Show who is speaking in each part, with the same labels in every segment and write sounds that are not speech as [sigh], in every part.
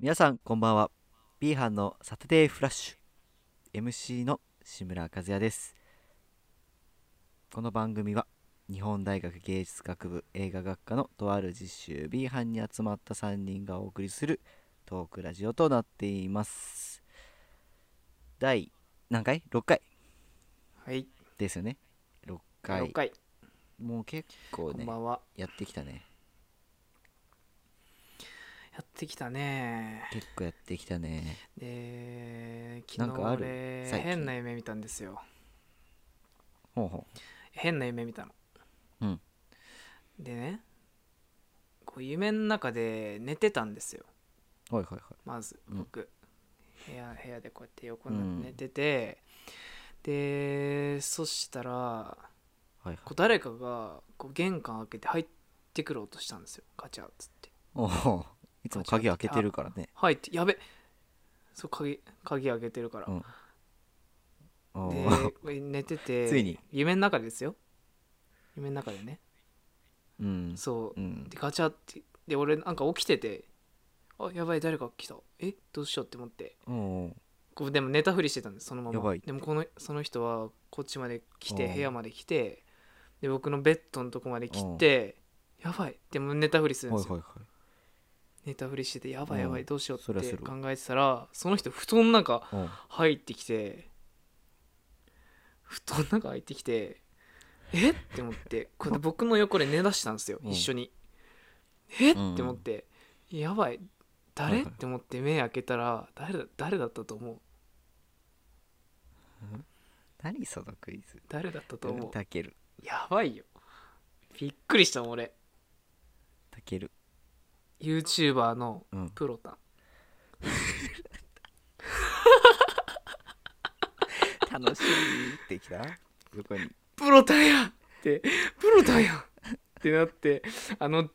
Speaker 1: 皆さんこんばんは B 班のサタデーフラッシュ MC の志村和也ですこの番組は日本大学芸術学部映画学科のとある実習 B 班に集まった3人がお送りするトークラジオとなっています第何回 ?6 回
Speaker 2: はい、
Speaker 1: ですよね6回
Speaker 2: 六回、
Speaker 1: もう結構
Speaker 2: こん
Speaker 1: ね
Speaker 2: ばんは。
Speaker 1: やってきたね
Speaker 2: やってきたね。
Speaker 1: 結構やってきたね
Speaker 2: で、
Speaker 1: な
Speaker 2: 昨
Speaker 1: ん
Speaker 2: 日
Speaker 1: かある
Speaker 2: 俺
Speaker 1: 最近
Speaker 2: 変な夢見たんですよ。
Speaker 1: ほうほ
Speaker 2: 変な夢見たの。
Speaker 1: うん
Speaker 2: でね、こう夢の中で寝てたんですよ。
Speaker 1: うはいはいはい
Speaker 2: まず
Speaker 1: うん
Speaker 2: 僕、部屋部屋でこうやって横になって寝てて、で、そしたら
Speaker 1: はいはい
Speaker 2: こう誰かがこう玄関開けて入ってくる音したんですよ。ガチャっつって。
Speaker 1: おおいつも鍵開けてるからね
Speaker 2: 入ってやべ。そう鍵鍵開けてるから。
Speaker 1: うんお [laughs]
Speaker 2: で
Speaker 1: ー
Speaker 2: 寝てて
Speaker 1: ついに
Speaker 2: 夢の中でですよ夢の中でね
Speaker 1: うん
Speaker 2: そう、
Speaker 1: うん
Speaker 2: でガチャってで俺なんか起きててあやばい誰か来たえどうしようって思って
Speaker 1: おお
Speaker 2: こうでも寝たふりしてたんですそのま
Speaker 1: やば
Speaker 2: ま
Speaker 1: い
Speaker 2: でもこのその人はこっちまで来
Speaker 1: う
Speaker 2: て
Speaker 1: ん
Speaker 2: 部屋まで来てで僕のベッドのとこまで来てやばいでも寝たふりするん
Speaker 1: はい
Speaker 2: で
Speaker 1: は
Speaker 2: す
Speaker 1: い
Speaker 2: よ、
Speaker 1: はい
Speaker 2: 寝たふりしててやばい
Speaker 1: うん
Speaker 2: やばいどうしよう
Speaker 1: そり
Speaker 2: っ
Speaker 1: ゃす
Speaker 2: て
Speaker 1: る
Speaker 2: 考えてたらその人布団の中
Speaker 1: おう
Speaker 2: 入ってきて布団の中入ってきてえって思ってこれ僕の横で寝だしたんですよ
Speaker 1: うん
Speaker 2: 一緒にえって
Speaker 1: うん
Speaker 2: 思ってやばい誰
Speaker 1: はい
Speaker 2: っ
Speaker 1: はい
Speaker 2: て思って目開けたら誰だ誰だったと思う
Speaker 1: 何そのクイズ
Speaker 2: 誰だったと思う
Speaker 1: たける
Speaker 2: やばいよびっくりしたもん俺
Speaker 1: たける
Speaker 2: YouTuber の
Speaker 1: うん
Speaker 2: プロタン
Speaker 1: [laughs] 楽しいってきた横に
Speaker 2: プロタンやってプロタンやってなってあの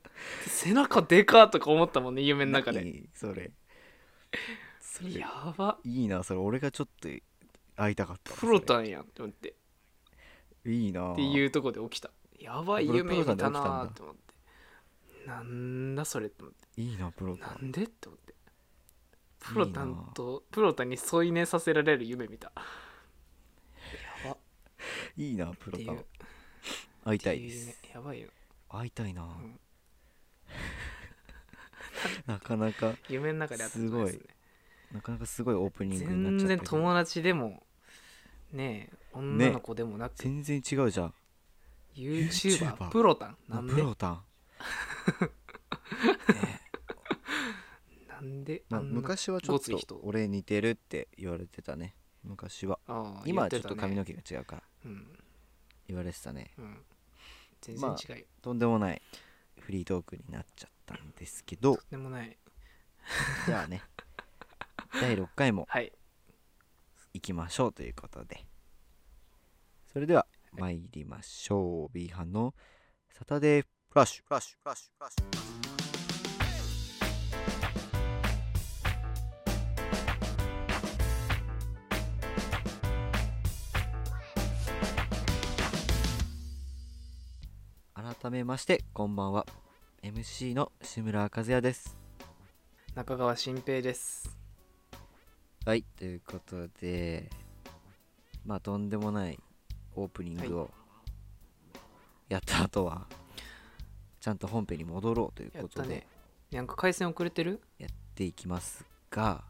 Speaker 2: 背中でかとか思ったもんね夢の中で
Speaker 1: 何それそれ
Speaker 2: やば
Speaker 1: いいなそれ俺がちょっと会いたかったな
Speaker 2: プロ
Speaker 1: そ
Speaker 2: タンやんって思って
Speaker 1: れいいな
Speaker 2: っていうとこで起きたやばい
Speaker 1: これ
Speaker 2: 夢見たな
Speaker 1: プロタン
Speaker 2: ー
Speaker 1: で起
Speaker 2: っ
Speaker 1: き
Speaker 2: て思ってなんだそれって思って
Speaker 1: いいなプロタ
Speaker 2: な
Speaker 1: ン
Speaker 2: んでって思ってプロタンとプロタンに添い寝させられる夢見たやばっ
Speaker 1: いいなプロ
Speaker 2: てい
Speaker 1: タン
Speaker 2: う
Speaker 1: 会い
Speaker 2: って
Speaker 1: た
Speaker 2: い
Speaker 1: いうです
Speaker 2: 夢やばいよ
Speaker 1: 会いたいな、
Speaker 2: ん
Speaker 1: [laughs] なかなか
Speaker 2: 夢の中であったことなですね
Speaker 1: なかなかすごいオープニングになっ
Speaker 2: 全
Speaker 1: ちゃって
Speaker 2: 然
Speaker 1: る
Speaker 2: 友達でもねえ女の子でもなく、
Speaker 1: 全然違うじゃん YouTuber
Speaker 2: YouTuber プロタンなん
Speaker 1: プ
Speaker 2: で
Speaker 1: ロ
Speaker 2: [laughs]
Speaker 1: タン、ね
Speaker 2: なんで
Speaker 1: まあ、
Speaker 2: んな
Speaker 1: 昔はちょっ
Speaker 2: ごつい
Speaker 1: と
Speaker 2: 人
Speaker 1: 俺似てるって言われてたね昔は
Speaker 2: ああ
Speaker 1: 今はち
Speaker 2: 言
Speaker 1: ょって
Speaker 2: た
Speaker 1: と
Speaker 2: ね
Speaker 1: 髪の毛が違うから
Speaker 2: うん
Speaker 1: 言われてたね
Speaker 2: うん全
Speaker 1: ま
Speaker 2: 然
Speaker 1: あ
Speaker 2: 違うよ
Speaker 1: とんでもないフリートークになっちゃったんですけど
Speaker 2: [laughs] とんでもない
Speaker 1: じゃあね第6回も
Speaker 2: はい
Speaker 1: 行きましょうということでそれでは参りましょう B 班のサタデーフラッシュフラッシュフラッシュフラッシュ改めましてこんばんは MC の志村和也です
Speaker 2: 中川新平です
Speaker 1: はいということでまあとんでもないオープニングをやった後はちゃんと本編に戻ろうという
Speaker 2: や
Speaker 1: こ
Speaker 2: っ
Speaker 1: と
Speaker 2: た
Speaker 1: で
Speaker 2: ねなんか回線遅れてる
Speaker 1: やっていきますが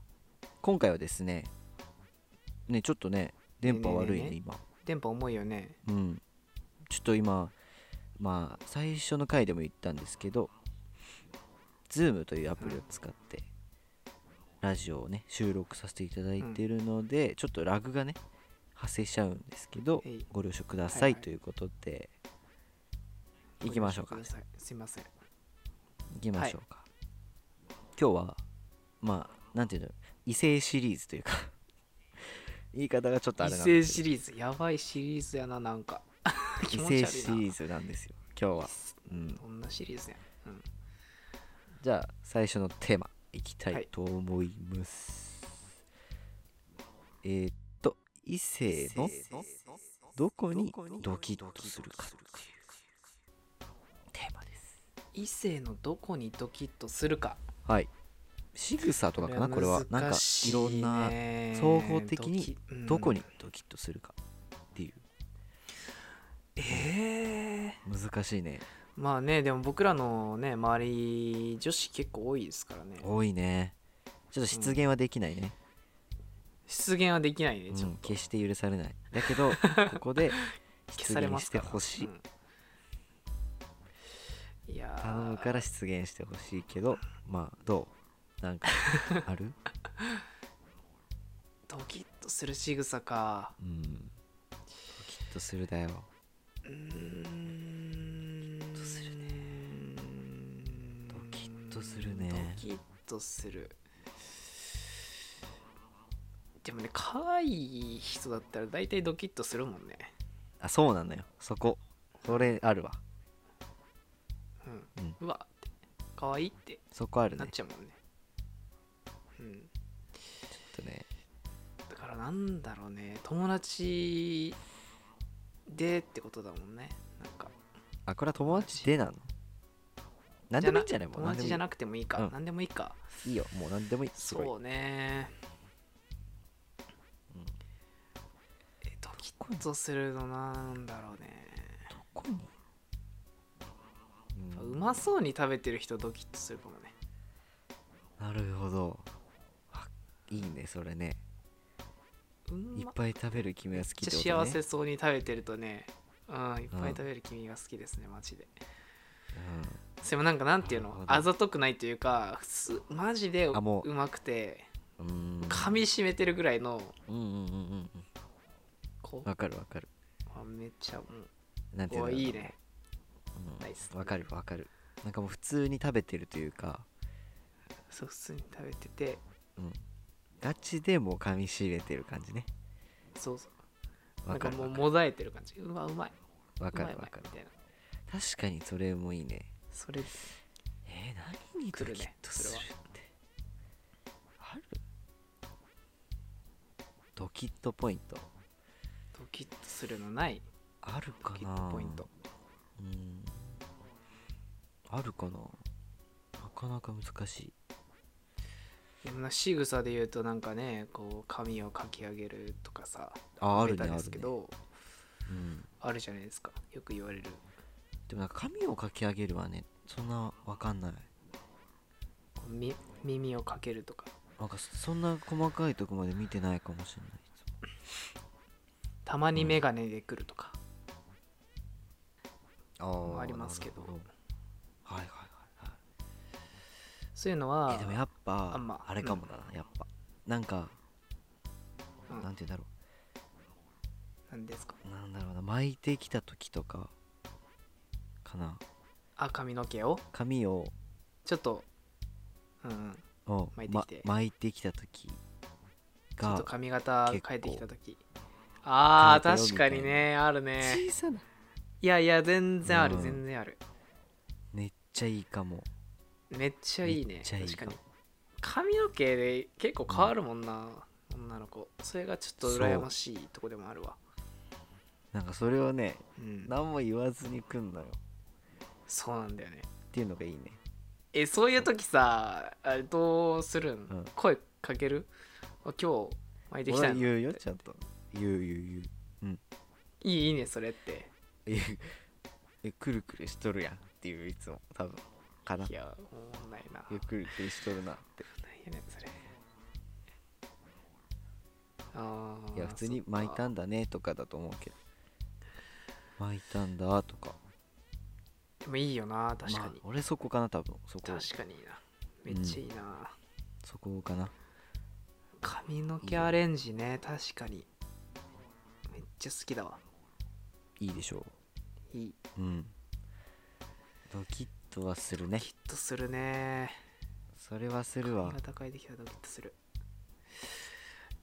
Speaker 1: 今回はですねねちょっとね電波悪いね
Speaker 2: ねえねえねえ
Speaker 1: 今
Speaker 2: 電波重いよね
Speaker 1: うんちょっと今まあ最初の回でも言ったんですけど Zoom というアプリを使ってラジオをね収録させていただいているので、ちょっとラグがね発生しちゃうんですけど
Speaker 2: えい
Speaker 1: ご了承ください
Speaker 2: はいはい
Speaker 1: ということで、行きましょうか
Speaker 2: ご了承くださいすいません
Speaker 1: 行きましょうか、今日はまあなんていうの異性シリーズという
Speaker 2: [laughs]
Speaker 1: か言い方がちょっとあ
Speaker 2: 異
Speaker 1: れなんで
Speaker 2: 性
Speaker 1: すけ
Speaker 2: シリーズやばいシリーズやななんか [laughs] 気
Speaker 1: ど
Speaker 2: 持
Speaker 1: 異性
Speaker 2: ち悪
Speaker 1: シ
Speaker 2: い
Speaker 1: リー
Speaker 2: な
Speaker 1: ズなんですよ今日は、うん、
Speaker 2: どんなシリーズやうん
Speaker 1: じゃあ最初のテーマいきたいと思います、えーっと異性のどこにドキッとするかっていうテーマです
Speaker 2: 異性のどこにドキッとするか
Speaker 1: はい仕草とかかなこれはなん
Speaker 2: 難
Speaker 1: か
Speaker 2: し
Speaker 1: いろんな
Speaker 2: ね
Speaker 1: 総合的に
Speaker 2: ドキうん
Speaker 1: どこにドキッとするかっていう
Speaker 2: えー
Speaker 1: 難しいね
Speaker 2: まあねでも僕らのね周り女子結構多いですからね
Speaker 1: 多いねちょっと失言はできないね、
Speaker 2: 出現はできないうね
Speaker 1: ん
Speaker 2: ちょっと、
Speaker 1: 決して許されないだけどここで
Speaker 2: [laughs] 消
Speaker 1: 失
Speaker 2: され
Speaker 1: 言
Speaker 2: ま
Speaker 1: し
Speaker 2: す
Speaker 1: て
Speaker 2: から
Speaker 1: ほしい、
Speaker 2: うんいやー
Speaker 1: 頼むから失言してほしいけどまあどう
Speaker 2: [laughs]
Speaker 1: なんかある
Speaker 2: ドキッとする仕草か
Speaker 1: うんドキッとするだよ
Speaker 2: うーん
Speaker 1: とするドキッとする
Speaker 2: ド
Speaker 1: ね
Speaker 2: キッとするでもね可愛い人だったら大体ドキッとするもんね
Speaker 1: あそうなのよそこそれあるわ
Speaker 2: うん、
Speaker 1: うん
Speaker 2: うわって可愛いって
Speaker 1: そこある
Speaker 2: な
Speaker 1: ね
Speaker 2: っ
Speaker 1: ちょ
Speaker 2: ちゃうもんねうん
Speaker 1: っとね
Speaker 2: だからなんだろうね友達でってことだもんねなんか
Speaker 1: あこれは友達でなの何でもいいんじゃないもう
Speaker 2: 友達じゃ
Speaker 1: 何
Speaker 2: なくてもいいか、
Speaker 1: うん
Speaker 2: 何でもいいか
Speaker 1: でもいいいいよもう何でもいいすごい
Speaker 2: そうね
Speaker 1: うん
Speaker 2: えドキッとするのなんだろうね
Speaker 1: どこに
Speaker 2: やっぱ
Speaker 1: う
Speaker 2: うんまそうに食べてる人ドキッとするかもね
Speaker 1: なるほどあいいねそれね
Speaker 2: うん
Speaker 1: いっ
Speaker 2: ま
Speaker 1: ぱい食べる君が好き
Speaker 2: め
Speaker 1: っ
Speaker 2: ってち
Speaker 1: こ
Speaker 2: ゃ
Speaker 1: と
Speaker 2: 幸
Speaker 1: ね
Speaker 2: せそうに食べてるとねうんいっぱ
Speaker 1: う
Speaker 2: い
Speaker 1: ん
Speaker 2: 食べる君が好きですねマジで
Speaker 1: うん
Speaker 2: それもなんかなんていう
Speaker 1: なる
Speaker 2: の
Speaker 1: ほど
Speaker 2: あざとくないというか普通マジで
Speaker 1: あもう
Speaker 2: うまくて
Speaker 1: うーん
Speaker 2: 噛みしめてるぐらいの
Speaker 1: うんうんうんうんうん
Speaker 2: こう
Speaker 1: わかるわかる
Speaker 2: あめっちゃうん
Speaker 1: なんていう
Speaker 2: お
Speaker 1: の
Speaker 2: いいね
Speaker 1: うん
Speaker 2: ナイス
Speaker 1: わかるわかるなんかもう普通に食べてるというか
Speaker 2: そう普通に食べてて
Speaker 1: ガチでもう噛みしめてる感じね
Speaker 2: そうそうな
Speaker 1: わ
Speaker 2: ん
Speaker 1: か
Speaker 2: か
Speaker 1: る
Speaker 2: もう
Speaker 1: わ
Speaker 2: もだえてる感じうわうまい
Speaker 1: か
Speaker 2: うまい
Speaker 1: る
Speaker 2: う
Speaker 1: わ
Speaker 2: まい
Speaker 1: かる
Speaker 2: みたいな
Speaker 1: 確かにそれもいいね
Speaker 2: それ
Speaker 1: えー、何にド
Speaker 2: 来
Speaker 1: キ
Speaker 2: る
Speaker 1: ッ
Speaker 2: ね
Speaker 1: とする
Speaker 2: それは
Speaker 1: ってあるドキッとポイント
Speaker 2: ドキッとするのない
Speaker 1: ある
Speaker 2: ド
Speaker 1: か
Speaker 2: キッ
Speaker 1: な
Speaker 2: とポイント
Speaker 1: うんあるかななかなか難しい
Speaker 2: でもな仕草で言うとなんかねこう髪をかき上げるとかさ
Speaker 1: ああるね
Speaker 2: ベ
Speaker 1: あ
Speaker 2: タ
Speaker 1: る
Speaker 2: です
Speaker 1: ね
Speaker 2: け、ど
Speaker 1: うん、
Speaker 2: あるじゃないですかよく言われる
Speaker 1: でもなんか髪をかき上げるはねそんなわかんない
Speaker 2: こうみ耳をかけるとか
Speaker 1: なんかそそんな細かいとこまで見てないかもしれない
Speaker 2: たまに眼鏡で来るとか、
Speaker 1: あ
Speaker 2: ありますけど
Speaker 1: はいはいはい
Speaker 2: そういうの
Speaker 1: はい
Speaker 2: は
Speaker 1: えでもやっぱ
Speaker 2: あ
Speaker 1: あ,、
Speaker 2: んま
Speaker 1: れかもな、やっぱなんか、
Speaker 2: うん
Speaker 1: なんて言うんだろ
Speaker 2: なんですか
Speaker 1: うなんだろうな巻いてきた時とかかな
Speaker 2: あ髪の毛を
Speaker 1: 髪を
Speaker 2: ちょっとうん
Speaker 1: を
Speaker 2: 巻いてきて
Speaker 1: ま巻いてきた時
Speaker 2: ちょっ
Speaker 1: が
Speaker 2: と髪型
Speaker 1: 結構
Speaker 2: 変えてきた時あー
Speaker 1: 変えてよ
Speaker 2: 確かに
Speaker 1: みた
Speaker 2: ねあるね
Speaker 1: 小さない
Speaker 2: やいや全然ある、
Speaker 1: うん
Speaker 2: 全然ある
Speaker 1: めっちゃいいかも
Speaker 2: めっちゃいい
Speaker 1: め
Speaker 2: ね
Speaker 1: っちゃいい
Speaker 2: 確か
Speaker 1: か
Speaker 2: に髪の毛で結構変わるもんな、女の子それがちょっと羨ましいとこでもあるわ
Speaker 1: なんかそれをね
Speaker 2: うん
Speaker 1: 何も言わずに来んのよ
Speaker 2: そうなんだよね
Speaker 1: っていうのがいいね
Speaker 2: えそういう時さあれどうするん、
Speaker 1: うん
Speaker 2: 声かけるあ今日巻いてき
Speaker 1: 俺
Speaker 2: た
Speaker 1: は
Speaker 2: の
Speaker 1: 言うよちゃんと言う言う言う
Speaker 2: いいいいねそれって
Speaker 1: [laughs] ええくるくるしとるやんっていういつも多分かない
Speaker 2: やおもんないな
Speaker 1: えくるくるしとるなって
Speaker 2: なんやねんそれあー
Speaker 1: いや普通に
Speaker 2: そっか
Speaker 1: 巻いたんだねとかだと思うけど巻いたんだとか
Speaker 2: でもいいよな確か
Speaker 1: まあ
Speaker 2: に、
Speaker 1: 俺そこかな多分そこ
Speaker 2: 確かにいいなめっちゃいいな、
Speaker 1: そこかな
Speaker 2: 髪の毛アレンジね確かにめっちゃ好きだわ
Speaker 1: いいでしょ
Speaker 2: いいう
Speaker 1: うんドキッとはするね
Speaker 2: ドキッとするね
Speaker 1: それはするわ
Speaker 2: 髪が高いできたらドキッとする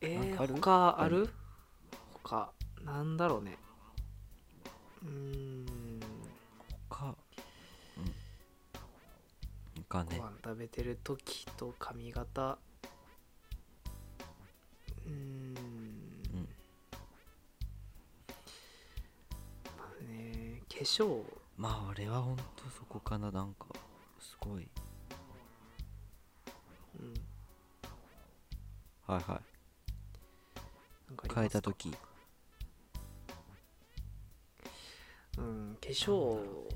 Speaker 2: え
Speaker 1: なん
Speaker 2: ー、
Speaker 1: かある
Speaker 2: 他ある、他なんだろうねうーん
Speaker 1: かうんいか
Speaker 2: ご
Speaker 1: ね
Speaker 2: 飯食べてる時と髪型うー
Speaker 1: う
Speaker 2: ん
Speaker 1: ん
Speaker 2: まあね化粧
Speaker 1: まあ俺はほんとそこかななんかすごい
Speaker 2: うん、
Speaker 1: はいは
Speaker 2: なんかあります
Speaker 1: い
Speaker 2: か
Speaker 1: 変えた時
Speaker 2: うん化粧を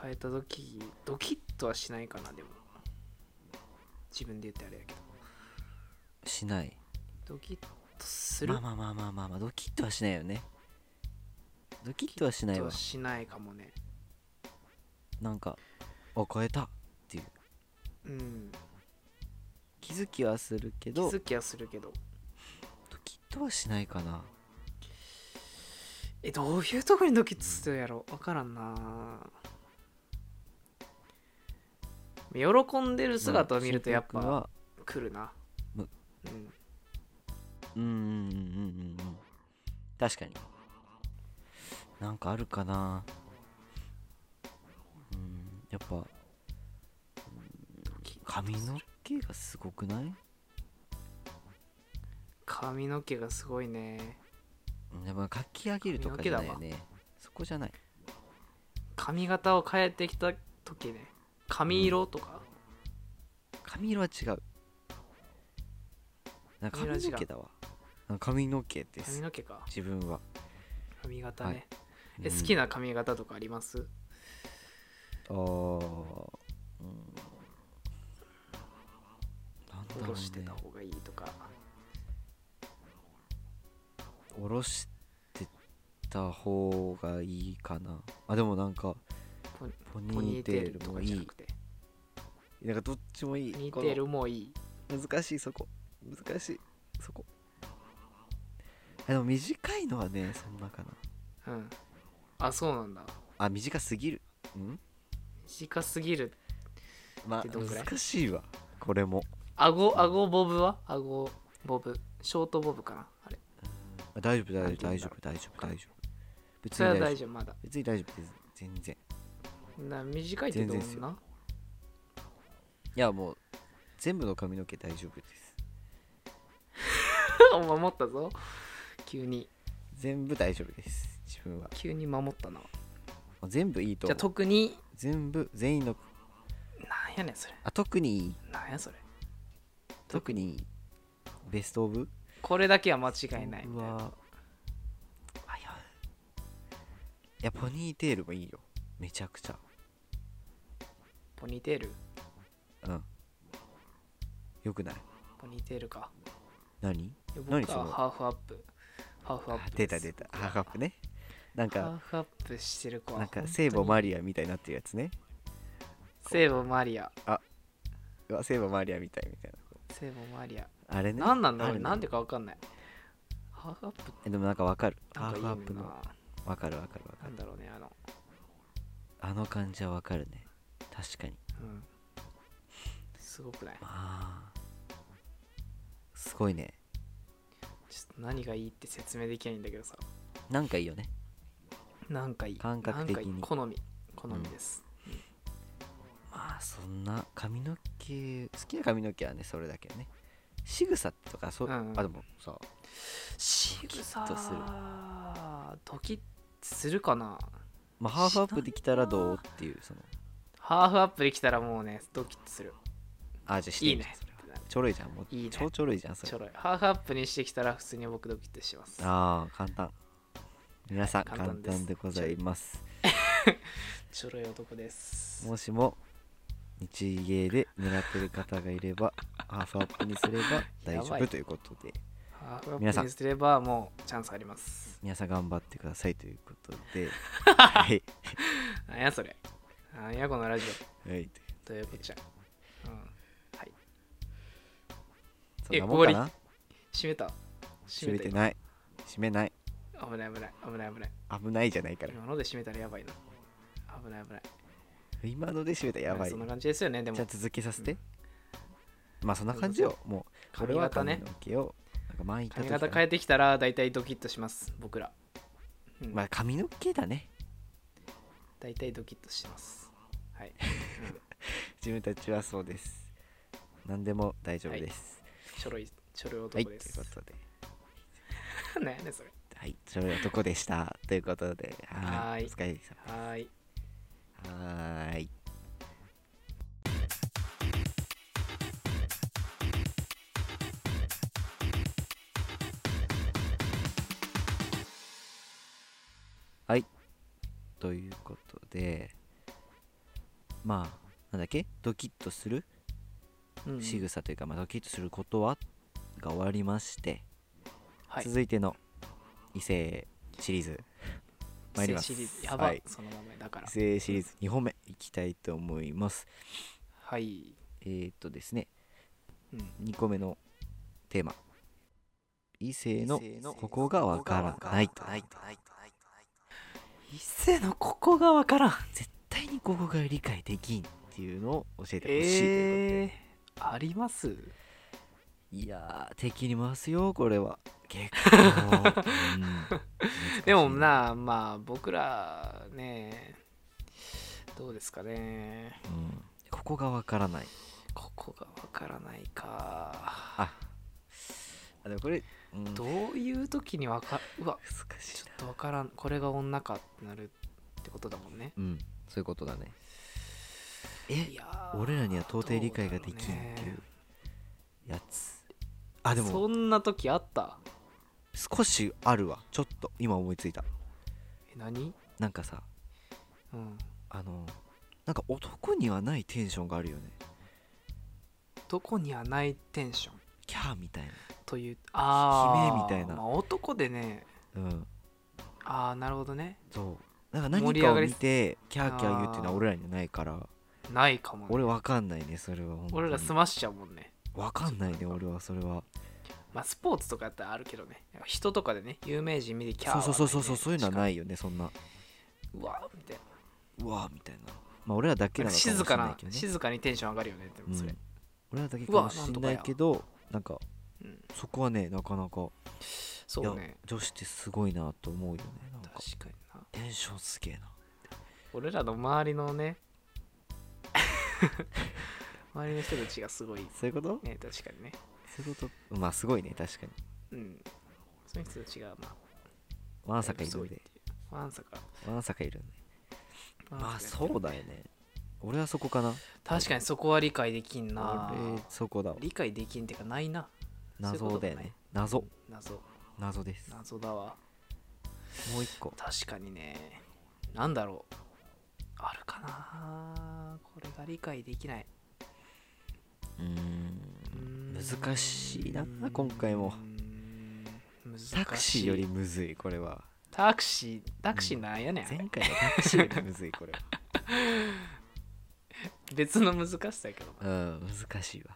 Speaker 2: 変えた時ドキッとはしないかなでも自分で言ってあれやけど
Speaker 1: しない
Speaker 2: ドキッとする
Speaker 1: まあまあまあまあまあ、まあ、ドキッとはしないよねドキッとはしない
Speaker 2: と
Speaker 1: わ
Speaker 2: はしないかもね
Speaker 1: なんかあ変えたっていう
Speaker 2: うん
Speaker 1: 気づきはするけ
Speaker 2: 気
Speaker 1: どド
Speaker 2: づきはするけど
Speaker 1: キッとはしないかな
Speaker 2: えどういうとこにドキッとするやろ分からんな喜んでる姿を見るとやっ
Speaker 1: まあ
Speaker 2: ぱ来るな、
Speaker 1: む
Speaker 2: うん、
Speaker 1: うんうんうんうんうんうん確かになんかあるかなうんやっぱうん髪の毛がすごくない
Speaker 2: 髪の毛がすごいね
Speaker 1: うんやっぱ書き上げるとかじゃないよねそこじゃない
Speaker 2: 髪型を変えてきた時ね髪色とか、
Speaker 1: 髪色は違うなんか髪の毛だわなんか髪の毛で
Speaker 2: 髪
Speaker 1: す
Speaker 2: の毛か
Speaker 1: 自分は
Speaker 2: 髪型ね、
Speaker 1: はい
Speaker 2: え
Speaker 1: うん
Speaker 2: 好きな髪型とかあります、
Speaker 1: あーうんなんだろうね
Speaker 2: 下ろしてた方がいいとか
Speaker 1: 下ろしてた方がいいかなあでもなんか
Speaker 2: ポニ
Speaker 1: ポ
Speaker 2: ポニ
Speaker 1: ニー
Speaker 2: ーテ
Speaker 1: テ
Speaker 2: ール
Speaker 1: ール
Speaker 2: と
Speaker 1: も
Speaker 2: か
Speaker 1: い
Speaker 2: じゃないくて
Speaker 1: なんかどっちもいい
Speaker 2: ポニー
Speaker 1: こ
Speaker 2: テー
Speaker 1: の
Speaker 2: ルもいい
Speaker 1: 難しいそこ難しいそこあでも短いのはねそんなかな
Speaker 2: うんあそうなんだ
Speaker 1: あ短すぎるうん
Speaker 2: 短すぎる
Speaker 1: まあ
Speaker 2: でどんぐらい
Speaker 1: 難しいわこれも
Speaker 2: 顎顎ボブは顎ボブショートボブかなあれ
Speaker 1: あ大丈夫大
Speaker 2: なんて
Speaker 1: 丈夫
Speaker 2: 言う
Speaker 1: 大
Speaker 2: んだ
Speaker 1: 丈
Speaker 2: ろ
Speaker 1: 夫大丈夫大丈夫別
Speaker 2: それは
Speaker 1: に
Speaker 2: 大
Speaker 1: 大丈夫
Speaker 2: 丈夫まだ
Speaker 1: 別に大丈夫です全然
Speaker 2: な短いってど
Speaker 1: 全然っす
Speaker 2: んな
Speaker 1: よいやもう全部の髪の毛大丈夫です
Speaker 2: [laughs] お前守ったぞ急に
Speaker 1: 全部大丈夫です自分は
Speaker 2: 急に守ったな
Speaker 1: もう全部いいと
Speaker 2: じゃ
Speaker 1: 思
Speaker 2: あ
Speaker 1: う
Speaker 2: 特に
Speaker 1: 全部全員の
Speaker 2: なんやねんそれ
Speaker 1: あ特にいい
Speaker 2: なんやそれ
Speaker 1: 特にいいベストオブ
Speaker 2: これだけは間違いないみ
Speaker 1: 僕
Speaker 2: たいな
Speaker 1: はあいやいやポニーテールもいいよめちゃくちゃ
Speaker 2: ポニーテール
Speaker 1: うんよくない
Speaker 2: ポニーテールか
Speaker 1: 何
Speaker 2: いや
Speaker 1: 何
Speaker 2: 僕は
Speaker 1: その
Speaker 2: ハーフアップハーフアッ
Speaker 1: あ
Speaker 2: プ
Speaker 1: 出た
Speaker 2: です
Speaker 1: 出たハーフアップねなん
Speaker 2: ハー
Speaker 1: か
Speaker 2: フアップしてる子は
Speaker 1: なん
Speaker 2: 本
Speaker 1: か
Speaker 2: 当に
Speaker 1: 聖母マリアみたいになってるやつね
Speaker 2: 聖母マリア
Speaker 1: うわ聖母マリアみたいみたいな
Speaker 2: 聖母マリア
Speaker 1: あれね
Speaker 2: 何なんだ
Speaker 1: あ
Speaker 2: ろ
Speaker 1: る
Speaker 2: う
Speaker 1: ね
Speaker 2: なんでか分かんないハーフアップ
Speaker 1: えでもなんかわかる
Speaker 2: な
Speaker 1: ハ
Speaker 2: んか
Speaker 1: ー
Speaker 2: いい
Speaker 1: フ
Speaker 2: よ
Speaker 1: ア
Speaker 2: な
Speaker 1: ップのわかるわかるわか
Speaker 2: な
Speaker 1: る
Speaker 2: んだろうねあの、
Speaker 1: あの感じはわかるね確かに
Speaker 2: うん、すごくない
Speaker 1: まあすごいね
Speaker 2: ちょっと何がいいって説明できないんだけどさ
Speaker 1: なんかいいよね
Speaker 2: なんかいい
Speaker 1: 感覚的に
Speaker 2: なんかいい好み好みです、
Speaker 1: まあそんな髪の毛好きな髪の毛はねそれだけね仕草とかそう、
Speaker 2: うんうん
Speaker 1: あでもさ
Speaker 2: 仕草
Speaker 1: ドキッとする
Speaker 2: ドキッするかな
Speaker 1: まあハーフアップできたらどうっていうその
Speaker 2: ハーフアップできたらもうねドキッとする
Speaker 1: あじゃあして
Speaker 2: いい
Speaker 1: みる
Speaker 2: ね
Speaker 1: それはちょろいじゃんもう
Speaker 2: いいね
Speaker 1: 超ちょろいじゃんそれ
Speaker 2: ちょろいハーフアップにしてきたら普通に僕ドキッとします
Speaker 1: ああ簡単皆さん、
Speaker 2: 簡
Speaker 1: 簡
Speaker 2: 単
Speaker 1: 単
Speaker 2: です
Speaker 1: でございます
Speaker 2: ちょろい男です
Speaker 1: もしも日芸で狙ってる方がいれ
Speaker 2: [laughs]
Speaker 1: ばハーフアップにすれば大丈
Speaker 2: やばい
Speaker 1: 夫ということで
Speaker 2: ハーフア
Speaker 1: 皆
Speaker 2: ッ
Speaker 1: さん
Speaker 2: プにすればもうチャンスあります
Speaker 1: 皆さん頑張ってくださいということ
Speaker 2: [laughs]
Speaker 1: ではい、
Speaker 2: なんやそれなんやこのラジオ
Speaker 1: はい、
Speaker 2: ということじゃ、うん、はい
Speaker 1: そんなもんかな
Speaker 2: 閉めた
Speaker 1: 閉
Speaker 2: 閉
Speaker 1: め
Speaker 2: め
Speaker 1: て
Speaker 2: た
Speaker 1: ない閉めない
Speaker 2: 今危ない危ない危ない危ない
Speaker 1: 危ないじゃないから
Speaker 2: 今ので閉めたらやばいな危ない危ない
Speaker 1: 今ので閉めたらやばい
Speaker 2: そんな
Speaker 1: よ
Speaker 2: 感じですよねでも
Speaker 1: じゃあ続けさせて、まあそんな感じよもう
Speaker 2: 髪型ね
Speaker 1: 俺は髪の毛をなんか前言った
Speaker 2: 髪
Speaker 1: 時
Speaker 2: 型
Speaker 1: か
Speaker 2: 変
Speaker 1: な
Speaker 2: えてきたら大体ドキッとします僕ら、うん
Speaker 1: まあ髪の毛だね
Speaker 2: 大体ドキッとします
Speaker 1: [laughs]
Speaker 2: はい、うん
Speaker 1: 自分たちはそうです何でも大丈夫です
Speaker 2: ちょろいちょろい
Speaker 1: はい、と
Speaker 2: 男
Speaker 1: い
Speaker 2: で
Speaker 1: う
Speaker 2: す、
Speaker 1: ことで
Speaker 2: なんやねんそれ
Speaker 1: はいそれ男で [laughs] したということでは
Speaker 2: はーい
Speaker 1: お疲れ様
Speaker 2: はーい
Speaker 1: はーいということでまあなんだっけドキッとする
Speaker 2: うん
Speaker 1: 仕草というか、まあ、ドキッとすることはが終わりまして、
Speaker 2: はい
Speaker 1: 続いての異性シリーズ参ります
Speaker 2: シリーズやば、
Speaker 1: はい
Speaker 2: その名前だから
Speaker 1: 異性シリーズ2本目いきたいと思います
Speaker 2: はい、
Speaker 1: えー、っとですね
Speaker 2: うん、
Speaker 1: 2個目のテーマ異性の
Speaker 3: 異性の
Speaker 1: ここがわからないと
Speaker 2: 一世のここがわからん
Speaker 1: 絶対にここが理解できんっていうのを教えてほしいという
Speaker 2: えー、あります
Speaker 1: ことで、いやー敵に回すよこれ
Speaker 2: [laughs]
Speaker 1: は結構、うん難しい
Speaker 2: でもなまあ僕らねどうですかね
Speaker 1: うんここがわからない
Speaker 2: ここがわからないか
Speaker 1: ああでもこれ、うん
Speaker 2: どういう時にわかうわ
Speaker 1: 難し
Speaker 2: ち
Speaker 1: い
Speaker 2: ょっとわからんこれが女かってなるってことだもんね
Speaker 1: なうんそういうことだねえ
Speaker 2: いやー
Speaker 1: 俺らには到底理解ができんっていうやつあで
Speaker 2: どうだろうねそ
Speaker 1: も
Speaker 2: んな時あった
Speaker 1: 少しあるわちょっと今思いついた
Speaker 2: え何
Speaker 1: なんかさ
Speaker 2: うん
Speaker 1: あのなんか男にはないテンションがあるよね
Speaker 2: どこにはないテンション
Speaker 1: キャーみたい
Speaker 2: というああ
Speaker 1: 悲鳴みたいな
Speaker 2: まあ、男でね
Speaker 1: なうん
Speaker 2: ああなるほどね
Speaker 1: そうなんか
Speaker 2: 盛
Speaker 1: 何
Speaker 2: り
Speaker 1: か
Speaker 2: 上
Speaker 1: を
Speaker 2: がり
Speaker 1: 見てキャーキャー言うっていうのは
Speaker 2: あー
Speaker 1: 俺らにはないから
Speaker 2: ないかも、ね、
Speaker 1: 俺わかんないねそれは本当に
Speaker 2: 俺らスマッシュやもんね
Speaker 1: わかんないね俺はそれは
Speaker 2: まあスポーツとかやったらあるけどね人とかでね有名人見てキャー
Speaker 1: そうそうそうそうそういうのはないいよねそんな
Speaker 2: うわみたいな
Speaker 1: うわーみたいなまあ俺らだけなのかもしれ
Speaker 2: 静か
Speaker 1: ない
Speaker 2: な
Speaker 1: けどね
Speaker 2: 静かにテンション上がるよねでもそれ、
Speaker 1: うん俺らだけかもしんないけどなんか
Speaker 2: うん
Speaker 1: そこはねなかなかい
Speaker 2: そ
Speaker 1: や
Speaker 2: うね
Speaker 1: 女子ってすごいなと思うよねなんか
Speaker 2: 確かにな
Speaker 1: テンションすげえな
Speaker 2: 俺らの周りのね [laughs] 周りの人たちがすごい
Speaker 1: そういうこと
Speaker 2: ね確かにね
Speaker 1: そういうことまあすごいね確かに
Speaker 2: うんそういう人たちがまあ
Speaker 1: わんさかいるん
Speaker 2: だい
Speaker 1: で
Speaker 2: ぶそうワンサカ
Speaker 1: わんさかいるんで
Speaker 2: ワンサカ
Speaker 1: まあそうだよね俺はそこかな
Speaker 2: 確かにそこは理解できんな
Speaker 1: 俺そこだわ
Speaker 2: 理解できんってかないなそういう
Speaker 1: 謎
Speaker 2: こと
Speaker 1: だ
Speaker 2: だね
Speaker 1: よね謎
Speaker 2: 謎
Speaker 1: 謎です
Speaker 2: 謎だわ
Speaker 1: もう一個
Speaker 2: 確かにねなんだろうあるかなこれが理解できないう
Speaker 1: ー
Speaker 2: うー
Speaker 1: ん
Speaker 2: ん
Speaker 1: 難しいな今回も
Speaker 2: うーん難しい
Speaker 1: タクシーよりむずいこれは
Speaker 2: タクシータクシーなんやねんあれ、
Speaker 1: 前回のタクシーよりむずい
Speaker 2: [laughs]
Speaker 1: これは
Speaker 2: 別の難しさやけどな
Speaker 1: うん難しいわ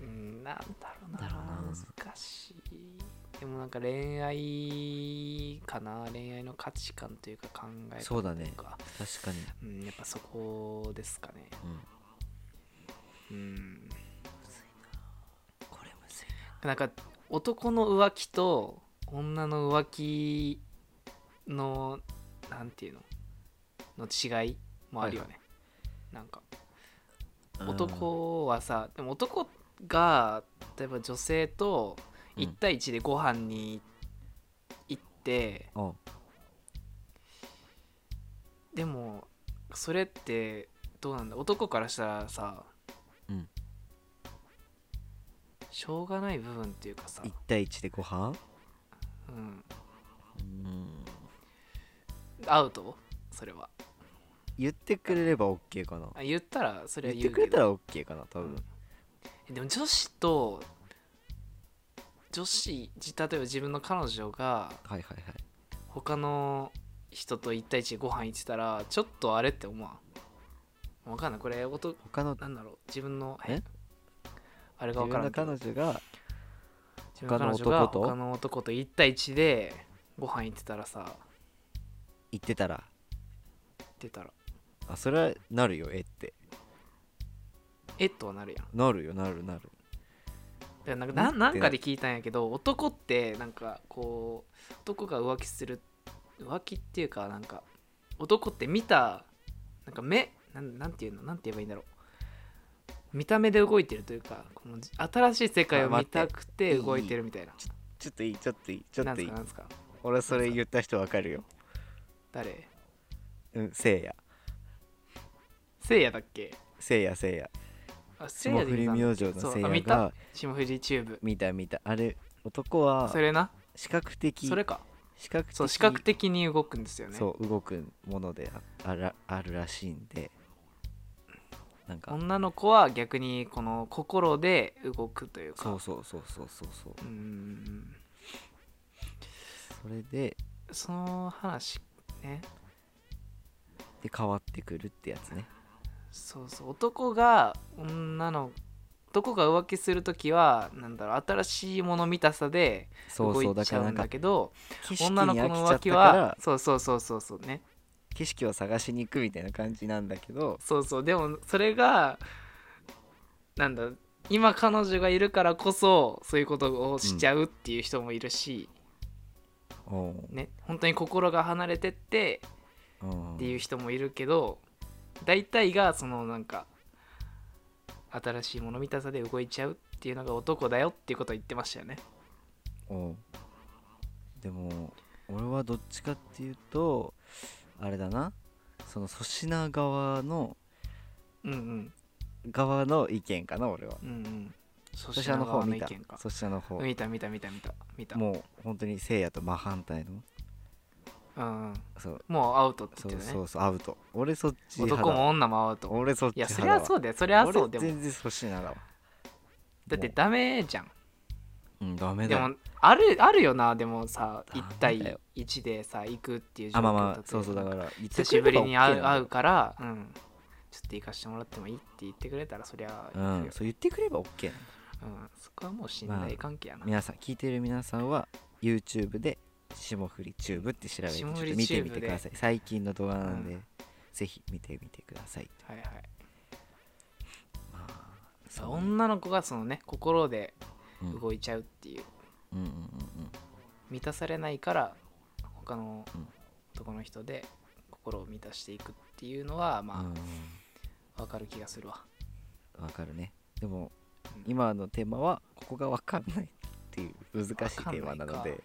Speaker 2: うんなんだろうな
Speaker 1: だろうな
Speaker 2: 難しいでもなんか恋愛かな恋愛の価値観というか考え方というか
Speaker 1: そうだね確かに
Speaker 2: うん、やっぱそこですかね
Speaker 1: うん
Speaker 2: うん
Speaker 1: これむずい
Speaker 2: なんか男の浮気と女の浮気のなんていうのの違いもあるよね、なんか
Speaker 1: うん
Speaker 2: 男はさでも男が例えば女性と
Speaker 1: うん
Speaker 2: 1対1でご飯に行って、
Speaker 1: あ
Speaker 2: でもそれってどうなんだ男からしたらさ、
Speaker 1: うん
Speaker 2: しょうがない部分っていうかさ、
Speaker 1: 1対1でご飯
Speaker 2: うん、
Speaker 1: うん
Speaker 2: アウトそれは
Speaker 1: 言ってくれれば OK かな
Speaker 2: あ言ったらそれ
Speaker 1: 言
Speaker 2: は
Speaker 1: って
Speaker 2: 言う
Speaker 1: く
Speaker 2: け
Speaker 1: れた
Speaker 2: ど
Speaker 1: ら OK かな多分
Speaker 2: でも女子と女子じ例えば自分の彼女が
Speaker 1: はいはいはい
Speaker 2: 他の人と1対1でご飯行ってたらちょっとあれって思わんわかんないこれ音
Speaker 1: 他の
Speaker 2: なんだろう自分の
Speaker 1: え
Speaker 2: あれが
Speaker 1: 自
Speaker 2: 分か
Speaker 1: 分
Speaker 2: らん
Speaker 1: の
Speaker 2: けど
Speaker 1: 彼女が
Speaker 2: 自分の彼女
Speaker 1: 他の
Speaker 2: が
Speaker 1: 男と
Speaker 2: 他の男と1対1でご飯行ってたらさ
Speaker 1: 言ってたら
Speaker 2: 出たら
Speaker 1: あそれはなるよえって
Speaker 2: えっとはなるやん
Speaker 1: なるよなるなる
Speaker 2: でなんか
Speaker 1: な
Speaker 2: な
Speaker 1: って
Speaker 2: なんかで聞いたんやけど男ってなんかこう男が浮気する浮気っていうかなんか男って見たなんか目なんなんていうのなんて言えばいいんだろう見た目で動いてるというかこの新しい世界を
Speaker 1: あ待
Speaker 2: 見
Speaker 1: って
Speaker 2: たくて動いてるみたいな
Speaker 1: ちょっといいちょっといいちょ
Speaker 2: な
Speaker 1: っ
Speaker 2: ん
Speaker 1: と
Speaker 2: す
Speaker 1: いい
Speaker 2: かなんすか
Speaker 1: 俺はそれ言った人わかるよ
Speaker 2: 誰
Speaker 1: うんせいや
Speaker 2: せいやだっけ
Speaker 1: せいやせいや
Speaker 2: あせい
Speaker 1: 霜
Speaker 2: やで
Speaker 1: 降り明星の
Speaker 2: そう
Speaker 1: せい
Speaker 2: あ
Speaker 1: や
Speaker 2: 見た
Speaker 1: が
Speaker 2: 霜降りチューブ
Speaker 1: 見た見たあれ男は
Speaker 2: それな
Speaker 1: 視覚的
Speaker 2: それか
Speaker 1: 視覚的
Speaker 2: そう視覚的に動くんですよね
Speaker 1: そう動くものでああらあるらしいんでなんか
Speaker 2: 女の子は逆にこの心で動くというか
Speaker 1: そうそうそうそうそうそう
Speaker 2: うーん
Speaker 1: それで
Speaker 2: その話ね
Speaker 1: で変わってくるってやつね
Speaker 2: そうそう男が女の男が浮気する時はなんだろう新しいもの見たさで
Speaker 1: そう
Speaker 2: 動
Speaker 1: そう
Speaker 2: い
Speaker 1: だ
Speaker 2: ち
Speaker 1: か
Speaker 2: ゃ
Speaker 1: ら
Speaker 2: う
Speaker 1: なんんか
Speaker 2: だけど
Speaker 1: 景色
Speaker 2: 女の
Speaker 1: に
Speaker 2: 子
Speaker 1: 飽きちゃ
Speaker 2: の浮
Speaker 1: っ
Speaker 2: 気
Speaker 1: たから
Speaker 2: はそうそうそうそうそうね
Speaker 1: 景色を探しに行くみたいな感じなんだけど
Speaker 2: そうそうでもそれがなんだ今彼女がいるからこそそういうことをしちゃうっていう人もいるし、
Speaker 1: うん
Speaker 2: ね本当に心が離れてって
Speaker 1: うん
Speaker 2: っていう人もいるけど大体がそのなんか新しいもの見たさで動いちゃうっていうのが男だよっていうことを言ってましたよね
Speaker 1: うんでも俺はどっちかっていうとあれだなその粗品側の
Speaker 2: うんうん
Speaker 1: 側の意見かな俺は
Speaker 2: うんうん粗
Speaker 1: 粗品の方
Speaker 2: 側
Speaker 1: 見
Speaker 2: 意
Speaker 1: た
Speaker 2: 見か
Speaker 1: 粗品の方
Speaker 2: 見た見た見た見た見た
Speaker 1: もう本当にせいやと真反対の
Speaker 2: うんうん
Speaker 1: そう
Speaker 2: もうアウトって
Speaker 1: そ
Speaker 2: 言って
Speaker 1: う
Speaker 2: たね
Speaker 1: そうそうアウト俺そっち派だ
Speaker 2: 男も女もアウト
Speaker 1: 俺そっち
Speaker 2: いやそ
Speaker 1: 派
Speaker 2: り
Speaker 1: だわ
Speaker 2: ゃそうだよそりゃそうで
Speaker 1: 俺
Speaker 2: も
Speaker 1: 全然粗品だわ
Speaker 2: だって
Speaker 1: も
Speaker 2: ダメじゃん
Speaker 1: ううんダメだ
Speaker 2: で
Speaker 1: よ
Speaker 2: もあるあるよなでもさ
Speaker 1: ダメだよ
Speaker 2: 1対1でさ行くっていう状況
Speaker 1: あまあま
Speaker 2: 例え
Speaker 1: あ
Speaker 2: ば
Speaker 1: そうそうだから
Speaker 2: 久しぶりに会う会
Speaker 1: う
Speaker 2: うから、うん、ちょっと行かしてもらってもいいって言ってくれたらそりゃいいよ、
Speaker 1: うんそう言ってくれば OK なの
Speaker 2: うんそこはもう信頼関係やな、
Speaker 1: 皆さん聞いてる皆さんは YouTube で霜降りチューブって調べてちょっ
Speaker 2: 霜
Speaker 1: と
Speaker 2: 降り
Speaker 1: 見
Speaker 2: チュ
Speaker 1: て
Speaker 2: ー
Speaker 1: み
Speaker 2: ブ
Speaker 1: て
Speaker 2: で
Speaker 1: ください最近の動画なんで、
Speaker 2: う
Speaker 1: ぜひ見てみてください
Speaker 2: はいはい
Speaker 1: まあ
Speaker 2: そう
Speaker 1: う
Speaker 2: 女の子がそのね心で
Speaker 1: うんうん
Speaker 2: 動いちゃうっていう、
Speaker 1: うんうん
Speaker 2: 満たされないから他の
Speaker 1: うん
Speaker 2: 男の人で心を満たしていくっていうのは
Speaker 1: うんう
Speaker 2: ま
Speaker 1: ん
Speaker 2: あわかる気がするわ、
Speaker 1: わかるねでも
Speaker 2: うん
Speaker 1: 今のテーマはここがわかんないっていう難しいテーマなの
Speaker 2: わ
Speaker 1: で
Speaker 2: か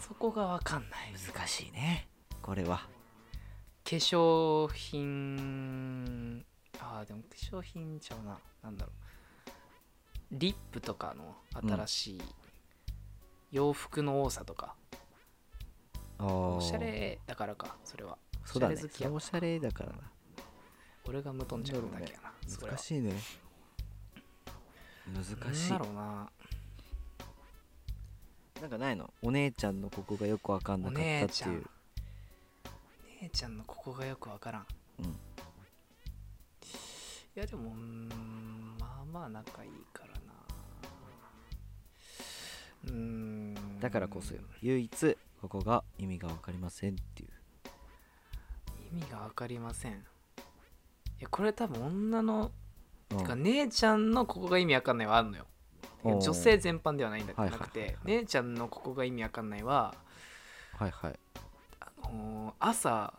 Speaker 2: そこがわかんない
Speaker 1: 難しいねこれは
Speaker 2: 化粧品あーでも化粧品ちゃうななんだろうリップとかの新しい洋服の多さとか、
Speaker 1: お
Speaker 2: おしゃれだからかそれは
Speaker 1: そうだね
Speaker 2: おしゃれ好き
Speaker 1: それ
Speaker 2: やな
Speaker 1: おしゃれだからな
Speaker 2: 俺が無頓着なだけやな、それは
Speaker 1: 難しいね難しい
Speaker 2: なんだろうな
Speaker 1: なんかないのお姉ちゃんのここがよくわかんな
Speaker 2: お
Speaker 1: かった
Speaker 2: 姉
Speaker 1: っ
Speaker 2: ち
Speaker 1: て
Speaker 2: ゃ
Speaker 1: い
Speaker 2: ん
Speaker 1: う
Speaker 2: 姉ちゃんのここがよくわからん
Speaker 1: うん
Speaker 2: いやでもうーんまあまあ仲いいからなうーん
Speaker 1: だからこそよ唯一ここが意味が分かりませんっていう
Speaker 2: 意味が分かりませんいやこれ多分女の、
Speaker 1: うん
Speaker 2: てか姉ちゃんのここが意味わかんないはあるのよ
Speaker 1: おー
Speaker 2: 女性全般ではないんだ
Speaker 1: はい
Speaker 2: な
Speaker 1: はい
Speaker 2: くて、
Speaker 1: はいはい
Speaker 2: 姉ちゃんのここが意味わかんないは、
Speaker 1: はいはい
Speaker 2: あのー朝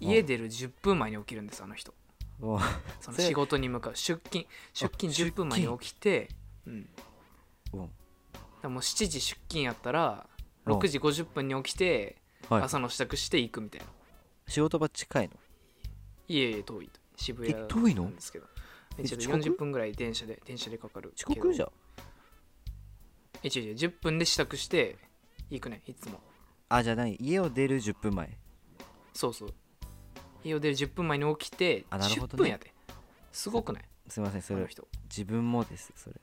Speaker 1: うん
Speaker 2: 家出る10分前に起きるんですあの人
Speaker 1: おー
Speaker 2: その
Speaker 1: それ
Speaker 2: 仕事に向かう出勤出勤10分前に起きて、うん、だか
Speaker 1: うんは
Speaker 2: らもう7時出勤やったら
Speaker 1: うん
Speaker 2: 6時50分に起きて
Speaker 1: い
Speaker 2: 朝の支度して行くみたいな、
Speaker 1: 仕事場近いの
Speaker 2: いえいえ遠い渋谷
Speaker 1: え遠いの
Speaker 2: なんですけどめっちゃ
Speaker 1: え遅刻
Speaker 2: 40分ぐらい電車で電車でかかる
Speaker 1: 遅刻じゃ
Speaker 2: ん
Speaker 1: ん
Speaker 2: え違う違う10分で支度して行くねいつも
Speaker 1: あじゃあ何家を出る10分前
Speaker 2: そうそう家を出る10分前に起きて
Speaker 1: あなるほ
Speaker 2: 10
Speaker 1: どね
Speaker 2: 分やで、すごくない
Speaker 1: すいませんそ
Speaker 2: あの
Speaker 1: れ
Speaker 2: 人
Speaker 1: 自分もですそれ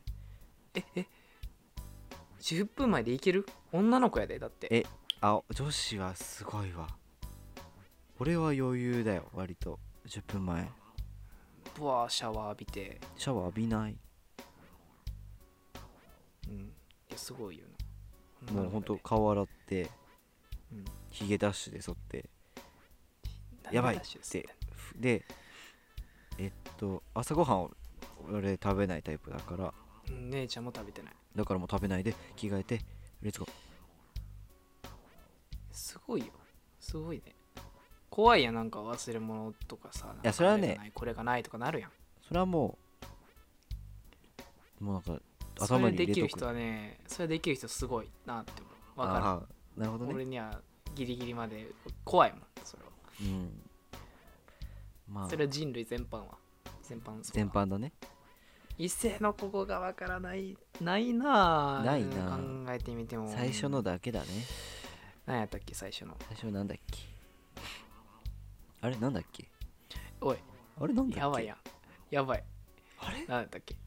Speaker 2: ええ10分前で行ける女の子やでだって
Speaker 1: えあ女子はすごいわ俺は余裕だよ割と10分前
Speaker 2: ブワーシャワー浴びて、
Speaker 1: シャワー浴びない
Speaker 2: うん、いやすごいよな
Speaker 1: もうほんと顔洗って
Speaker 2: うん
Speaker 1: ヒゲダッシュで剃ってやばいってでえっと朝ごはんを俺食べないタイプだから
Speaker 2: うん姉ちゃんも食べてない
Speaker 1: だからもう食べないで着替えてレッツゴー
Speaker 2: すごいよすごいね怖いやんなんか忘れ物とかさなんか
Speaker 1: それはね
Speaker 2: あがないこれがないとかなるやん
Speaker 1: それはもうもうなんか
Speaker 2: そ
Speaker 1: 頭
Speaker 2: れ
Speaker 1: に入れ
Speaker 2: でき
Speaker 1: と
Speaker 2: る
Speaker 1: く
Speaker 2: 人はねそれできる人すごいなって思うわか
Speaker 1: ああなるほど
Speaker 2: る、
Speaker 1: ね
Speaker 2: 俺にはギリギリまで怖いもんそれは
Speaker 1: うんまあ
Speaker 2: それは人類全般は全般そうだ
Speaker 1: 全般だね
Speaker 2: 一斉のここがわからないないなあ
Speaker 1: ないなあ
Speaker 2: 考えてみても
Speaker 1: 最初のだけだね
Speaker 2: 何やったっけ最初の
Speaker 1: 最初なんだっけあれなんだっけ
Speaker 2: おい
Speaker 1: あれなんだっけ
Speaker 2: やばいやんやばい
Speaker 1: あれ
Speaker 2: 何やったっけ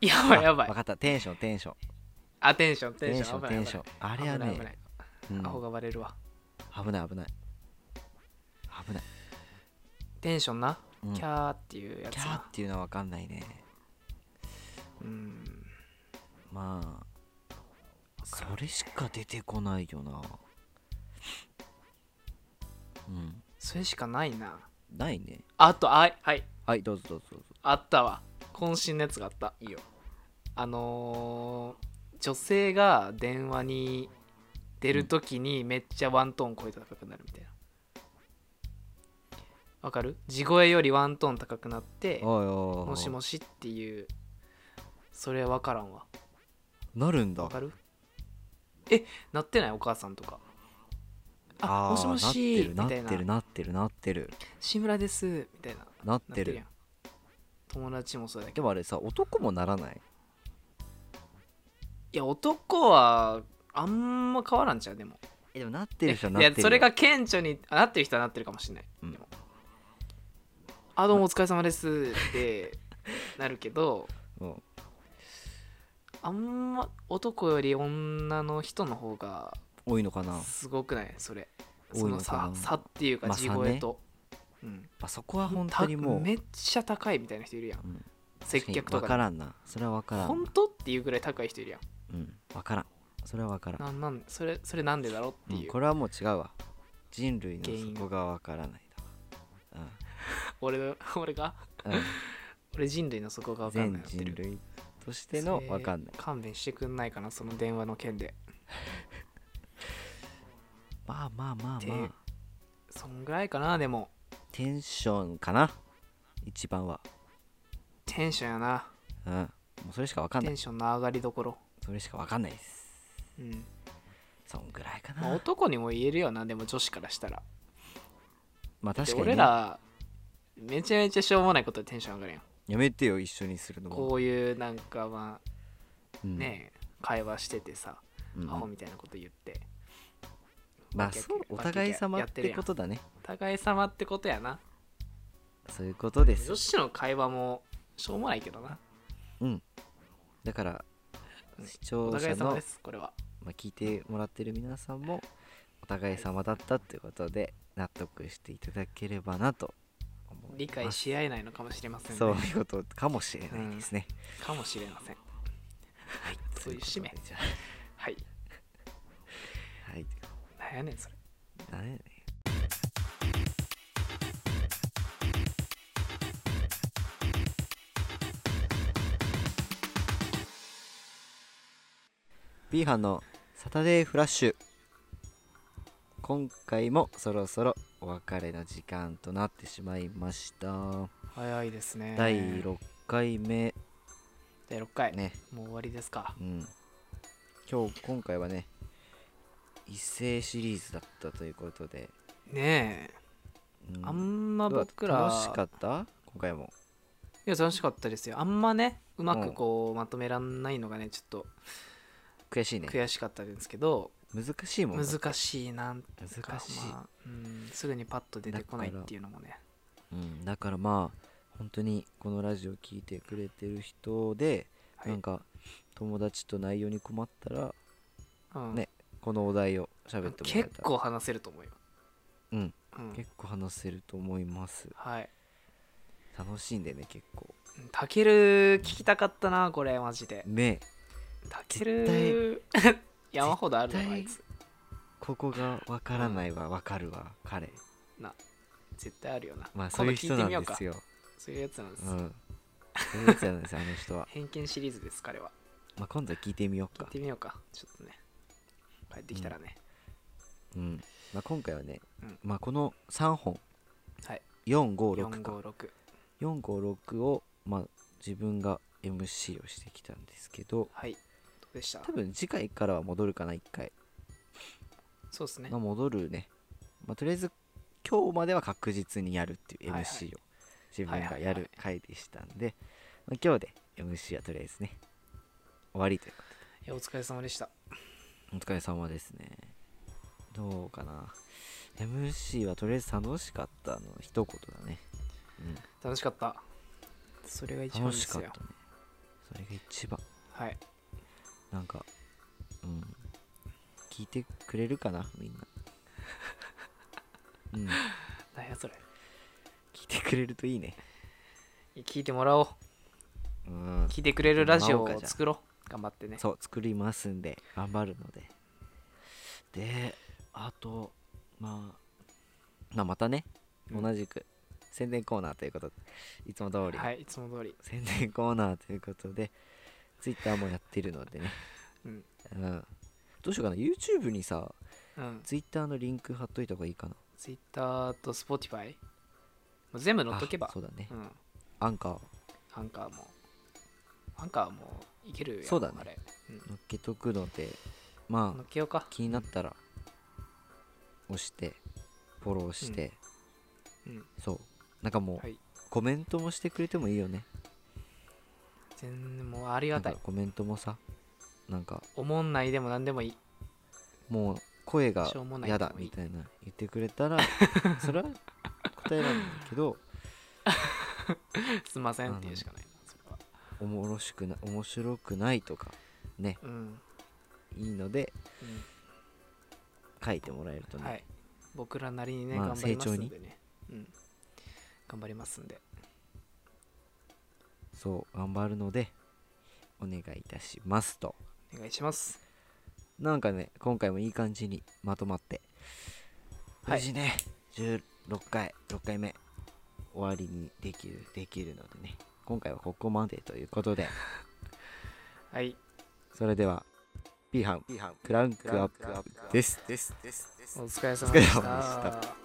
Speaker 2: やばいやばい
Speaker 1: 分かったテンションテンション
Speaker 2: あテンションテ
Speaker 1: テ
Speaker 2: ン
Speaker 1: ン
Speaker 2: シ
Speaker 1: ショ
Speaker 2: ョン
Speaker 1: ン
Speaker 2: 危
Speaker 1: テ
Speaker 2: ない
Speaker 1: ン
Speaker 2: 危
Speaker 1: シ
Speaker 2: ない
Speaker 1: ョンあ
Speaker 2: 危
Speaker 1: れは
Speaker 2: ない
Speaker 1: ね
Speaker 2: 危ない
Speaker 1: うん
Speaker 2: アホがバレるわ
Speaker 1: 危ない危ない危ない
Speaker 2: テンションな
Speaker 1: うん
Speaker 2: キャーっていうやつ
Speaker 1: キャーっ
Speaker 2: な
Speaker 1: ていうのは分かんないね
Speaker 2: うん
Speaker 1: まあそれしか出てこないよなうん
Speaker 2: それしかないな
Speaker 1: ないね
Speaker 2: あとあいはい
Speaker 1: はいどうぞどうぞどうぞ
Speaker 2: あったわ渾身のやつがあったいいよあのー女性が電話に出るときにめっちゃワントーン超えた高くなるみたいなわかる地声よりワントーン高くなって
Speaker 1: おいおいおい
Speaker 2: もしもしっていうそれは分からんわ
Speaker 1: なるんだ
Speaker 2: わかるえなってないお母さんとかあ
Speaker 1: ー
Speaker 2: もしもし
Speaker 1: なっ
Speaker 2: みた
Speaker 1: て
Speaker 2: い
Speaker 1: る
Speaker 2: な
Speaker 1: なってるなってるなってる
Speaker 2: 志村ですみたいな
Speaker 1: なっ
Speaker 2: なって
Speaker 1: て
Speaker 2: る
Speaker 1: る
Speaker 2: やん友達もそうだけど
Speaker 1: でもあれさ男もならない
Speaker 2: いや男はあんま変わらんちゃうでも
Speaker 1: えでもなってる人はなっ
Speaker 2: い
Speaker 1: て
Speaker 2: や
Speaker 1: る
Speaker 2: それが顕著にあなってる人はなってるかもしれない、
Speaker 1: うん
Speaker 2: でもあどうもお疲れ様ですってなるけど
Speaker 1: うん
Speaker 2: あんま男より女の人の方が
Speaker 1: 多いのかな、ます
Speaker 2: ごくないそれ
Speaker 1: 多
Speaker 2: そ
Speaker 1: い
Speaker 2: の
Speaker 1: のか
Speaker 2: 差
Speaker 1: な
Speaker 2: 差っていうか
Speaker 1: まあ
Speaker 2: 地声と、うん
Speaker 1: あ、そこは本当にも
Speaker 2: た
Speaker 1: う、
Speaker 2: めっちゃ高いみたいな人いるやん
Speaker 1: うん
Speaker 2: 接客と
Speaker 1: 分
Speaker 2: か
Speaker 1: からんなそれは分からん
Speaker 2: 本
Speaker 1: な
Speaker 2: 当っていうぐらい高い人いるやん
Speaker 1: うん分からんそれは分からん、
Speaker 2: なんなんそれそれなんでだろう
Speaker 1: う
Speaker 2: って
Speaker 1: ん
Speaker 2: いう、
Speaker 1: これはもう違うわ人類
Speaker 2: 原
Speaker 1: の
Speaker 2: 因
Speaker 1: そこが分からないだわ
Speaker 2: 俺の俺が
Speaker 1: うんうん
Speaker 2: 俺人類の底が分かんない
Speaker 1: 全
Speaker 2: なってる
Speaker 1: 人類としての分かんない
Speaker 2: それ勘弁してくんないかなその電話の件で
Speaker 1: まあまあまあま
Speaker 2: で
Speaker 1: あ
Speaker 2: そんぐらいかなでも
Speaker 1: テンションかな一番は
Speaker 2: テンションやな
Speaker 1: うんもうそれしか分かんな
Speaker 2: テ
Speaker 1: い
Speaker 2: ンションの上がりどころ
Speaker 1: それしか分かんないです
Speaker 2: うん、
Speaker 1: そんぐらいか
Speaker 2: まあ、
Speaker 1: な
Speaker 2: 男にも言えるよなでも女子からしたら
Speaker 1: まあ
Speaker 2: で
Speaker 1: 確かに
Speaker 2: 俺
Speaker 1: ね
Speaker 2: らめちゃめちゃしょうもないことでテンション上がるやん
Speaker 1: やめてよ一緒にするの
Speaker 2: こ
Speaker 1: も
Speaker 2: ういうなんかま
Speaker 1: うん
Speaker 2: あねえ、会話しててさ
Speaker 1: うん
Speaker 2: アホみたいなこと言って
Speaker 1: まあ
Speaker 2: キャッ
Speaker 1: そう
Speaker 2: キャ
Speaker 1: お互い様
Speaker 2: や
Speaker 1: っ
Speaker 2: ってる
Speaker 1: て
Speaker 2: やん
Speaker 1: ことだね
Speaker 2: お互い様ってことやな
Speaker 1: そういうことです
Speaker 2: 女子の会話もしょうもないけどな
Speaker 1: だから
Speaker 2: うん
Speaker 1: 視聴
Speaker 2: お互
Speaker 1: 者
Speaker 2: い様
Speaker 1: の
Speaker 2: で、すこれは
Speaker 1: まあ、聞いてもらってる皆さんもお互い様だったということで納得していただければなと思
Speaker 2: 理
Speaker 1: いま
Speaker 2: 解
Speaker 1: す
Speaker 2: し合えないのかもしれませんね
Speaker 1: そういうことかもしれないですね、
Speaker 2: かもしれません
Speaker 1: はい
Speaker 2: そういう使命
Speaker 1: とこでじゃ
Speaker 2: はい
Speaker 1: あはい
Speaker 2: なんやねんそれ
Speaker 1: なんやねビーハンのサタデーフラッシュ今回もそろそろお別れの時間となってしまいました
Speaker 2: 早いですね
Speaker 1: 第6回目
Speaker 2: 第六回、
Speaker 1: ね
Speaker 2: もう終わりですか
Speaker 1: うん今日今回はね一斉シリーズだったということで、
Speaker 2: ねえ、
Speaker 1: うん
Speaker 2: あんま
Speaker 1: どうだ
Speaker 2: 僕ら
Speaker 1: 楽しかった今回も
Speaker 2: いや楽しかったですよあんまねうまくこう、まとめらんないのがねちょっと
Speaker 1: 悔しいね
Speaker 2: 悔しかったですけど、
Speaker 1: 難しいもん
Speaker 2: 難しいなんか
Speaker 1: 難しい
Speaker 2: まあうん、すぐにパッと出てこないっていうのもね
Speaker 1: うん、だからまあ本当にこのラジオ聞いてくれてる人で、
Speaker 2: はい
Speaker 1: なんか友達と内容に困ったら
Speaker 2: うん
Speaker 1: ねこのお題を喋ってもらえたら
Speaker 2: 結構話せると思うよ、
Speaker 1: うん
Speaker 2: うん
Speaker 1: 結構話せると思います
Speaker 2: はい
Speaker 1: 楽しいんでね結構
Speaker 2: たける聞きたかったなこれマジで
Speaker 1: 目
Speaker 2: たける [laughs] 山ほどある
Speaker 1: 絶
Speaker 2: の
Speaker 1: 対
Speaker 2: あいつ
Speaker 1: ここがわからないはわかるわ彼
Speaker 2: 絶対あるよな、
Speaker 1: まあそ
Speaker 2: 今
Speaker 1: う
Speaker 2: 度
Speaker 1: いう人なん
Speaker 2: 聞いてみよう
Speaker 1: で
Speaker 2: か
Speaker 1: すよ
Speaker 2: そういうやつなんです、
Speaker 1: うんそういうやつなんですあの人は、
Speaker 2: 偏見シリーズです彼は
Speaker 1: まあ、今度は聞いてみよう
Speaker 2: 聞い
Speaker 1: か
Speaker 2: てみようかちょっとね帰ってきたらね、
Speaker 1: うんまあ、今回はね、
Speaker 2: うん
Speaker 1: まあ、この3本、
Speaker 2: はい、
Speaker 1: 456か
Speaker 2: 456
Speaker 1: 456を、まあ、自分が MC をしてきたんですけど
Speaker 2: はいどうでした
Speaker 1: 多分次回からは戻るかな1回、
Speaker 2: そうですね
Speaker 1: まあ、戻るね、まあ、とりあえず今日までは確実にやるっていう
Speaker 2: はいはい
Speaker 1: MC を自分が
Speaker 2: は
Speaker 1: や
Speaker 2: いはいは
Speaker 1: る
Speaker 2: い
Speaker 1: 回でしたんで、まあ、今日で MC はとりあえずね終わりというこ
Speaker 2: いやお疲れ様でした
Speaker 1: とでお疲れ様ですねどうかな MC はとりあえず楽しかったの一言だね、うん、
Speaker 2: 楽しかったそれが一番
Speaker 1: 楽
Speaker 2: で
Speaker 1: し
Speaker 2: す
Speaker 1: かった
Speaker 2: よ
Speaker 1: ねそれが一番
Speaker 2: はい
Speaker 1: なんかうん聞いてくれるかな [laughs] みんなうん
Speaker 2: 何やそれ
Speaker 1: 聞いてくれるといいね
Speaker 2: 聞いてもらおう
Speaker 1: うん
Speaker 2: 聞いてくれるラジオ
Speaker 1: 聞いてもらおうか
Speaker 2: を
Speaker 1: じゃあ
Speaker 2: 作ろう頑張ってね
Speaker 1: そう作りますんで頑張るのでであとまあ、まあ、またね
Speaker 2: うん
Speaker 1: 同じく宣伝コーナーということでいつも通り、
Speaker 2: はいいつも通り
Speaker 1: 宣伝コーナーということでツイッターもやってるのでね、
Speaker 2: [laughs] うん
Speaker 1: うんどうしようかな YouTube にさ
Speaker 2: うん
Speaker 1: ツイッターのリンク貼っといた方がいいかな
Speaker 2: Twitter と Spotify もう全部載っとけば
Speaker 1: あそうだね、
Speaker 2: うん
Speaker 1: アンカー
Speaker 2: アンカーもアンカーもいけるよ
Speaker 1: そうだね
Speaker 2: あれ
Speaker 1: 乗っけとくのでま
Speaker 2: 乗
Speaker 1: あ
Speaker 2: っけようか
Speaker 1: 気になったら押してフォローして、
Speaker 2: うん
Speaker 1: そうなんかもう、
Speaker 2: はい
Speaker 1: コメントもしてくれてもいいよね
Speaker 2: 全然もうあり
Speaker 1: な
Speaker 2: が
Speaker 1: ん
Speaker 2: た
Speaker 1: か
Speaker 2: い
Speaker 1: コメントもさなんか
Speaker 2: おもんないでも何でもい [laughs] い
Speaker 1: もう声が
Speaker 2: しょうもない
Speaker 1: 嫌だ
Speaker 2: でもいい
Speaker 1: みたいな言ってくれたらそれは答えられないけど
Speaker 2: すいませんっていうしかないなそれは
Speaker 1: おもろしくな面白くないとかね
Speaker 2: うん
Speaker 1: いいので
Speaker 2: うん
Speaker 1: 書いてもらえるとね、
Speaker 2: はい、僕らなりにね、
Speaker 1: まあ
Speaker 2: 頑張ります
Speaker 1: 成
Speaker 2: ん
Speaker 1: 長
Speaker 2: でね、うん、頑張りますんで
Speaker 1: そう頑張るのでお願いいたしますと
Speaker 2: お願いします
Speaker 1: なんかね今回もいい感じにまとまって
Speaker 2: は
Speaker 1: 無
Speaker 2: い
Speaker 1: 事ね、16回6回目終わりにできるできるのでね今回はここまでということで
Speaker 2: はい
Speaker 1: それでは P 班クランクアップですですです
Speaker 2: お疲れ
Speaker 1: お
Speaker 2: 様
Speaker 1: 疲れ
Speaker 2: で
Speaker 1: 様で
Speaker 2: し
Speaker 1: した
Speaker 2: た